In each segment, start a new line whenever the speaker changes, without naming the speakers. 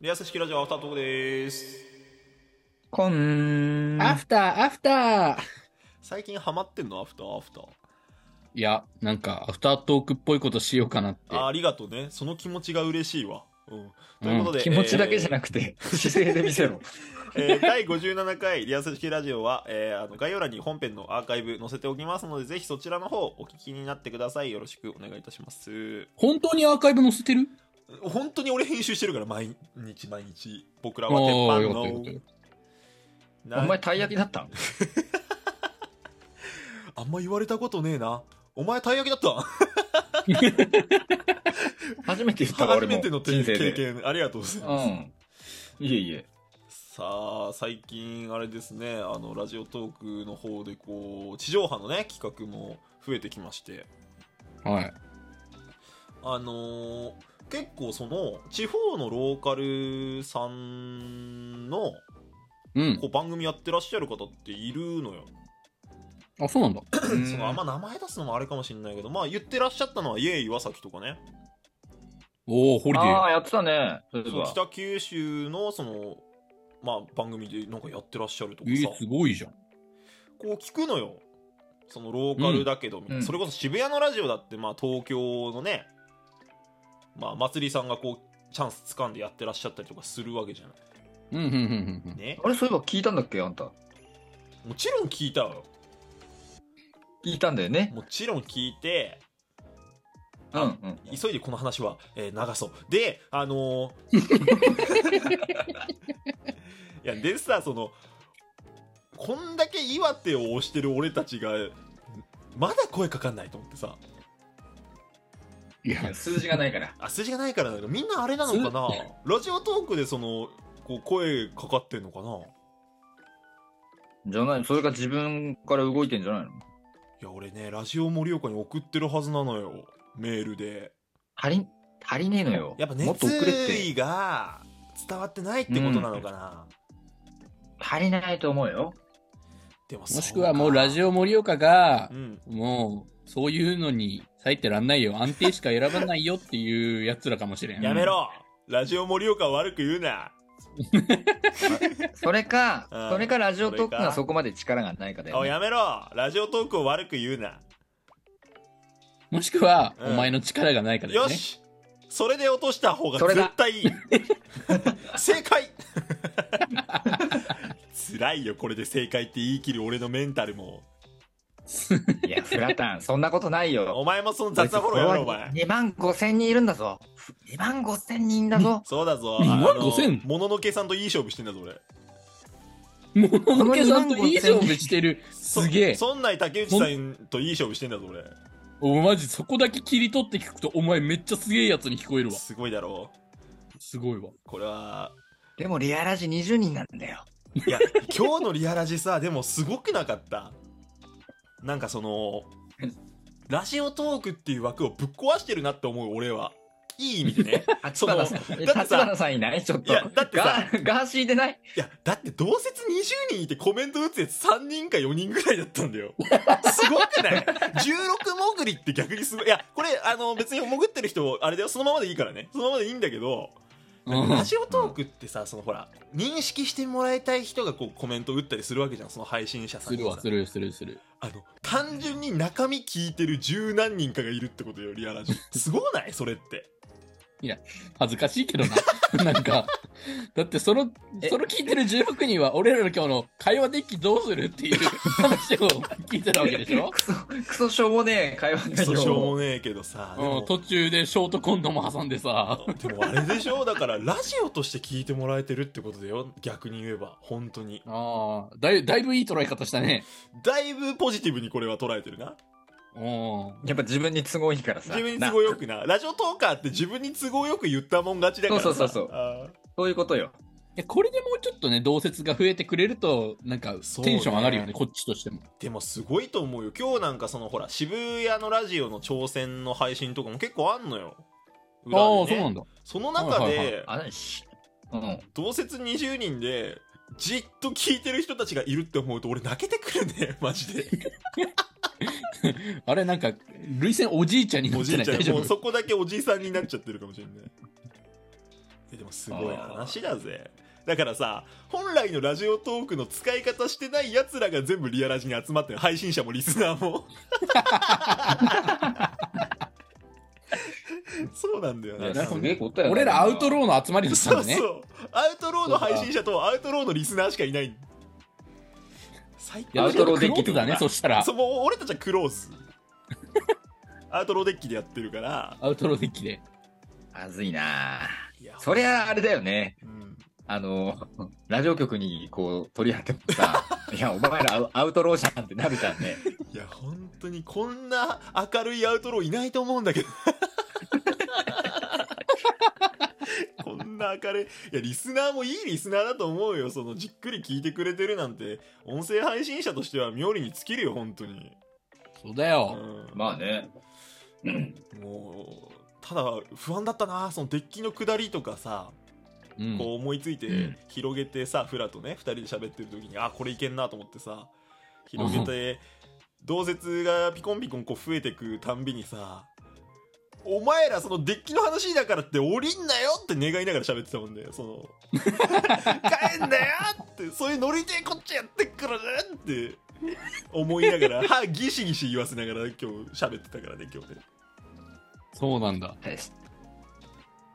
リアス式ラジオアフタートークです。
こん。
アフター、アフター
最近ハマってんのアフターアフター。
いや、なんか、アフタートークっぽいことしようかなって。
あありがとうね。その気持ちが嬉しいわ。うん。といううんことで、
気持ちだけじゃ
く
な くて、姿勢で見せろ。
て、えー第57回リアス式ラジオは、えーあの概要欄に本編のアーカイブ載せておきますので、ぜひそちらの方お聞きになってください。よろしくお願いいたします。
本当にアーカイブ載せてる
本当に俺編集してるから、毎日毎日。僕らは鉄
おー
板
よかったよかった
の
よ。
な
お前、たい焼きだったん
あんま言われたことねえな。お前、たい焼きだった
初めて言ったわ、
初
俺も。
めての経
人生で。
験。ありがとうございます。
うん。いえいえ。
さあ最近あれですねあのラジオトークの方でこう地上波のね企画も増えてきまして
はい。
あのー結構その地方のローカルさんの
うん
こ。う番組やってらっしゃる方っているのよ、
あ、そうなんだ。
そのあんま名前出すのもあれかもしれないけどまあ言ってらっしゃったのはイエイ岩崎とかね
おー、ホリデ
あ
ー。
あ、やってたね。そういえ
そう
ば
北九州のそのまあ番組でなんかやってらっしゃると
え
かさ、
ー、すごいじゃん。
こう聞くのよそのローカルだけど、みたいな
うん
それこそ渋谷のラジオだって、まあ、東京のね、まあ、祭りさんがこうチャンス掴んでやってらっしゃったりとかするわけじゃな
うん、うん、うんうん
いね
あれ、そういえば聞いたんだっけ、あんた。
もちろん聞いたわよ
聞いたんだよね。
もちろん聞いて
うんうん。
急いでこの話は、えー流そうであのー いやでさそのこんだけ岩手を推してる俺たちがまだ声かかんないと思ってさ
うん。いや、
数字がないから。
あ数字がないからなんだみんなあれなのかなラジオトークでそのこう声かかってんのかない
じゃないそれが自分から動いてんじゃないの
や俺ねラジオ盛岡に送ってるはずなのよメールで
足り、足りねえのよ。
やっぱ
もっ
熱
と遅れって。
意が伝わってないってことなのかな、
足りないと思うよ。
でもも
もしくはもうラジ
オ
オ盛岡が
う、ん
もう、そういうのに咲いてらんないよ。安定しか選ばないよっていうやつらかもしれん。
やめろ、ラジオ盛岡を悪く言うな
それか
うん、
それかラジオトー
そ
ク
れ
が
か
そこまで力がないかだよ
お
ね。
やめろラジオトークを悪く言うな、
もしくは、
うん
お前の力がないからだ
よ
よね。
しそれで落とした方が
それだ
絶対い い正解 辛いよこれで正解って言い切る俺のメンタルも
いや、フラタン、そんなことないよ。
お前もその雑なフォローやろお前
2万5千人いるんだぞ。2万5千人だぞ。
そうだぞ
2万
あの
5000
もののけさんといい勝負してんだぞ俺
もののけさんといい勝負してる。
そ
すげえ。
そんない竹内さんといい勝負してんだぞ俺
おマジそこだけ切り取って聞くとお前めっちゃすげえやつに聞こえるわ
すごいだろう
すごいわ
これは
でもリアラジ20人なんだよ。
いや今日のリアラジさでもすごくなかったなんかそのラジオトークっていう枠をぶっ壊してるなって思う俺はいい意味でね
立花さん、
その
え
だって
立
さ
花さんいないちょっと。
いやだってさ
ガガーシーでない
いや、だって同説20人いてコメント打つやつ3人か4人ぐらいだったんだよ。すごくない ?16 潜りって逆にすごい。いや、これ、あの、別に潜ってる人、あれだよ、そのままでいいからね。そのままでいいんだけど、ラジオトークってさ、そのほら、認識してもらいたい人がこうコメント打ったりするわけじゃん、その配信者さ
す
ん
る
が
わ
さ
するするする
あの、単純に中身聞いてる十何人かがいるってことよ、リアラジ。すごないそれって。
恥ずかしいけどな なんかだってその
え
その聞いてる16人は俺らの今日の会話デッキどうするっていう 話を聞いてたわけでしょ
クソ、クソしょうもねえ会話内
そ
容
うしょうもねえけどさ。で
う
も
ん途中でショートコントも挟んでさ
でもあれでしょだからラジオとして聞いてもらえてるってことだよ逆に言えば本当に
あーだいだいぶいい捉え方したね
だいぶポジティブにこれは捉えてるな
うん
やっぱ自分に都合いいからさ。
自分に都合よ
な
くなラジオトーカーって自分に都合よく言ったもん勝ちだからさ
そうそうそうそう
あ
そういうことよ。
いやこれでもうちょっとね同説が増えてくれるとなんか
そうね
テンション上がるよねこっちとしても
ーでもすごいと思うよ今日なんかそのほら渋谷のラジオの挑戦の配信とかも結構あんのよ裏
ああ
で
そう
ね
なんだ
その中
はいはい
で
あ、なにし。うん。
同説20人でじっと聞いてる人たちがいるって思うと俺泣けてくるねマジで
あれなんか、涙腺おじいちゃんにな
お
っ
じ
てないい
ちゃ
大
ん
丈
もう
夫
そこだけおじいさんになっちゃってるかもしれないえでもすごい話だぜだからさ本来のラジオトークの使い方してないやつらが全部リアラジに集まってる配信者もリスナーもそうなんだよね
いやすげえことやな
俺らアウトローの集まりだった
そ
ん
う
だね
そうアウトローの配信者とアウトローのリスナーしかいない最高じゃん
アウトローデッキ
クローズだねそしたら
そうもう俺たちはクローズアウトローデッキでやってるから
アウトローデッキで
まずいなあ
いや
そりゃあれだよね。
うん
あの、ラジオ局にこう取り合っても さ、いや、お前らアウアウトローじゃんってなるじゃんね。
いや本当にこんな明るいアウトローいないと思うんだけど こんな明るいいやリスナーもいいリスナーだと思うよそのじっくり聞いてくれてるなんて音声配信者としては妙利に尽きるよ本当に、
そうだ
う
よ
ん
まあね。
もうただ不安だったなそのデッキの下りとかさ、
うん
こう思いついて
うん
広げてさ、フラとね2人で喋ってる時にあこれいけんなと思ってさ広げて同説がピコンピコンこう増えてくたんびにさお前らそのデッキの話だからって降りんなよって願いながら喋ってたもんねその帰んなよってそういうノリでこっちやってっからねって思いながら歯ギシギシ言わせながら今日喋ってたからね今日ね
そうなんだ
大し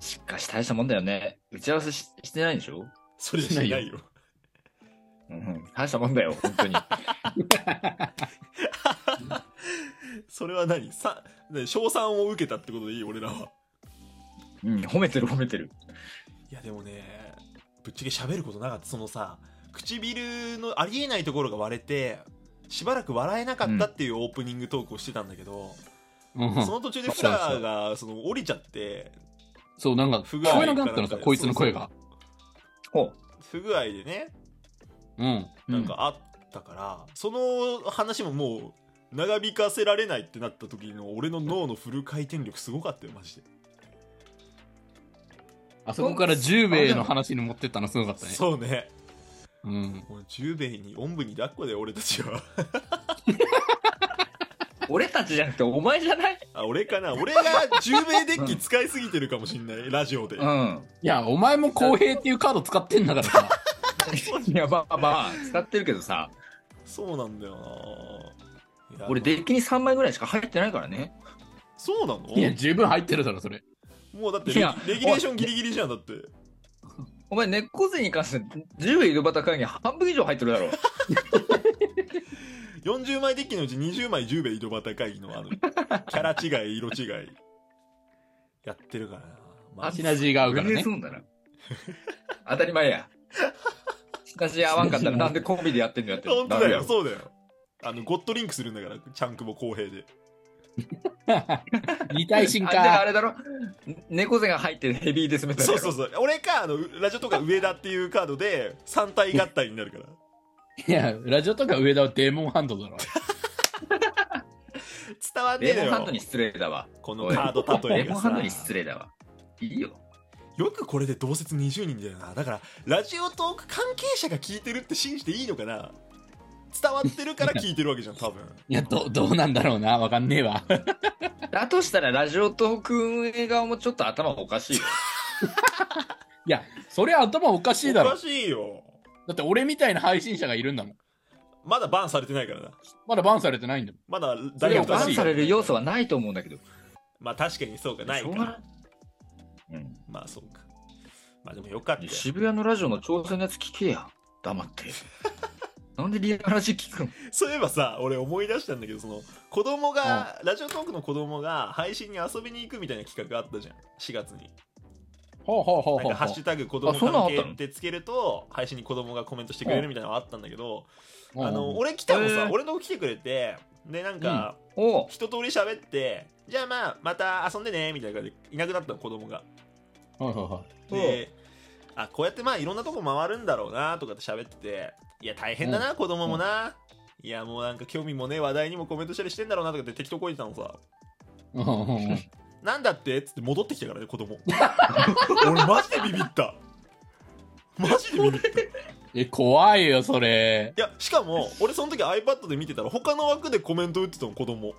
しかし大したもんだよね。打ち合わせししてないでしょ、
それじゃしないよ
うん、大したもんだよ、本当に。
それは何さね賞賛を受けたってことでいい俺らは
うん、褒めてる褒めてる。
いやでもねぶっちゃけ喋ることなかったそのさ唇のありえないところが割れてしばらく笑えなかったっていうオープニングトークをしてたんだけど、
うん
その途中でフラーがその降りちゃって
そうなんか
不
聞
具合
こえなくなったの
かな
さ
んか
こいつの声が
ほ
不具合でね
うん
う。
なんかあったから、その話ももう長引かせられないってなった時の俺の脳のフル回転力すごかったよマジで、
あそこから10名の話に持ってったのすごかったね
そうね
うん
もう10兵衛におんぶに抱っこで俺たちは
うん俺たちじゃなくてお前じゃない
あ俺かな俺が10兵衛デッキ使いすぎてるかもしんないラジオで、
うん。
いやお前も公平っていうカード使ってんだからさ
いや、まあまあ、使ってるけどさ、
そうなんだよないや
俺デッキに3枚ぐらいしか入ってないからね。
そうなの
いや十分入ってるだろそれ
もうだって
い
レ
や
ギレギュレーションギリギリじゃんだって
お前、猫背に関して、10井戸端会議半分以上入ってるだろ。
40枚デッキのうち20枚10米井戸 端会議のあのキャラ違い色違いやってるからな、まあ
シナジーが合うから
分裂
ね
すんだな。当たり前や。しかし合わんかったらなんでコンビでやってんのやってんの
本当だ
ダメ
よそうだよあのゴッドリンクするんだからチャンクも公平で
二体進
あであ
化
れだろ猫背が入ってるヘビーデスメタルだ
そう
ろ。
そうそう俺かあのラジオとか上田っていうカードで3体合体になるから
いやラジオとか上田はデーモンハンドだろ
伝わんね
レ
え
モ
の
ンハンド
よ
に失礼だわ。
このカード例え
レモ
が
ン
さ
ハンドに失礼だわ。いいよ。
よくこれで同説20人だよなだからラジオトーク関係者が聞いてるって信じていいのかな伝わってるから聞いてるわけじゃん 多分
いやどどうなんだろうなわかんねえわ
だとしたらラジオトーク運営側もちょっと頭おかしいよ。
いやそれ頭おかしいだ
お
ろ
かしいよ
だって俺みたいな配信者がいるんだもん
まだバンされてないからな
まだバンされてないんだもん
まだ
そ
誰
れ
が
お
バ
かし
ン
い
される要素
は
はないと思うんだけど。
まあ確かにそうかない
しょ
か
うが
ら
ないうん
まあそうかまあでもよかったよ
渋谷のラジオの挑戦のやつ聞けや。黙って。 なんでリアラジ聞くの
そういえばさ俺思い出したんだけどその子供がラジオトークの子供が配信に遊びに行くみたいな企画があったじゃん4月に
ほうほうほう
なん
ほう
かハ
ほ
ッシュタグ子
あ
供
そんなのあ
関
った
係
の
ってつけると配信に子供がコメントしてくれるみたいなのがあったんだけど
う
あの俺来たのさ、俺のとこ来てくれてでなんか、
おう
一通り喋ってじゃあまあまた遊んでねみたいな感じでいなくなったの子供が
はいはいはい
であこうやってまあいろんなとこ回るんだろうなとかって喋ってていや大変だな、子供もな、いやもうなんか興味もねえ話題にもコメントしたりしてんだろうなとかって適当こいてたのさ
うんうんうん
なんだってっつって戻ってきたからね子供 俺マジでビビったマジでビビった
え、怖いよ、それ。
いやしかも俺その時 iPad で見てたら他の枠でコメント打ってたの子供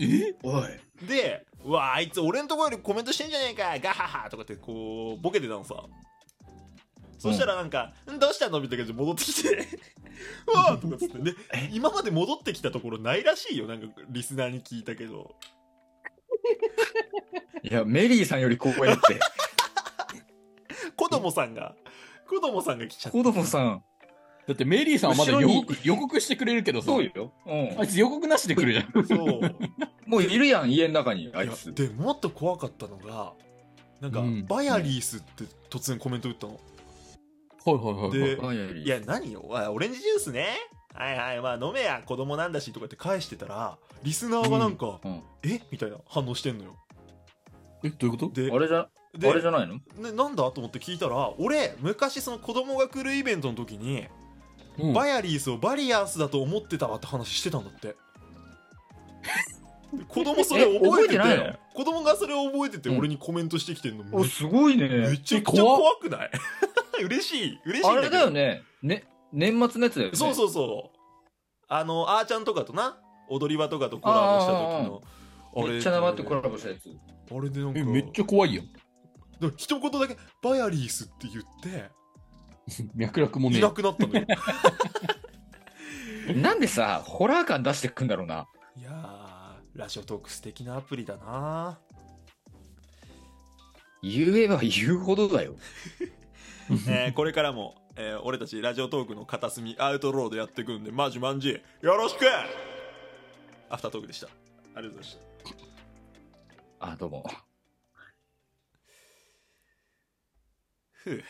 え
おい。
でうわあいつ俺のところよりコメントしてんじゃねえかガハハとかってこうボケてたのさそしたらなんか「んどうしたの?」みたいな感じで戻ってきて 「うわあ」とかっつってね今まで戻ってきたところないらしいよなんかリスナーに聞いたけど
いや、メリーさんより高校やって。
子供さんが子供さんが来ちゃった
子供さん。
だってメリーさんはまだ
後
予
ろに
告予告してくれるけどさ。
そうよ。う
あい
ん。
つ予告なしで来るじゃ ん。
そう
もういるやん、家の中に、あいつ
い。やでもっと怖かったのがなんか、
うん
バヤリースって突然コメント打ったの、
はいはいはいはい。
で
あいやい
いや何よあオレンジジュースねはいはいまあ飲めや子供なんだしとかって返してたらリスナーがなんか「
うんうん
えみたいな反応してんのよ
え、どういうこと
で
あれじゃ、
で
あれじゃないの
ねなんだと思って聞いたら俺昔その子供が来るイベントの時に、
うん
バヤリースをバリアースだと思ってたわって話してたんだって子供それ
え
覚えてて
覚えてないの
子供がそれを覚えてて
うん
俺にコメントしてきてんのめ
お、すごい
め
ね。
ちゃくちゃ怖くない 嬉しい嬉しい
あ
んだけど
れだよね。ね、年末のやつだよね。
そうそうそうあのあーちゃんとかとな踊り場とかとコラボした時のあれ
めっちゃ生ってコラボしたやつ。
あれでなんか
え、めっちゃ怖いやん。
でも一言だけ「バヤリース」って言って
脈絡もね
いなくな ったのよ
なんでさ、ホラー感出してくんだろうな。
いやーラジオトーク素敵なアプリだな
言えば言うほどだよ。
えーこれからも、えー俺たちラジオトークの片隅アウトローでやっていくんでマジマンジよろしくアフタートークでしたありがとうございました
あ、どうも。
ふう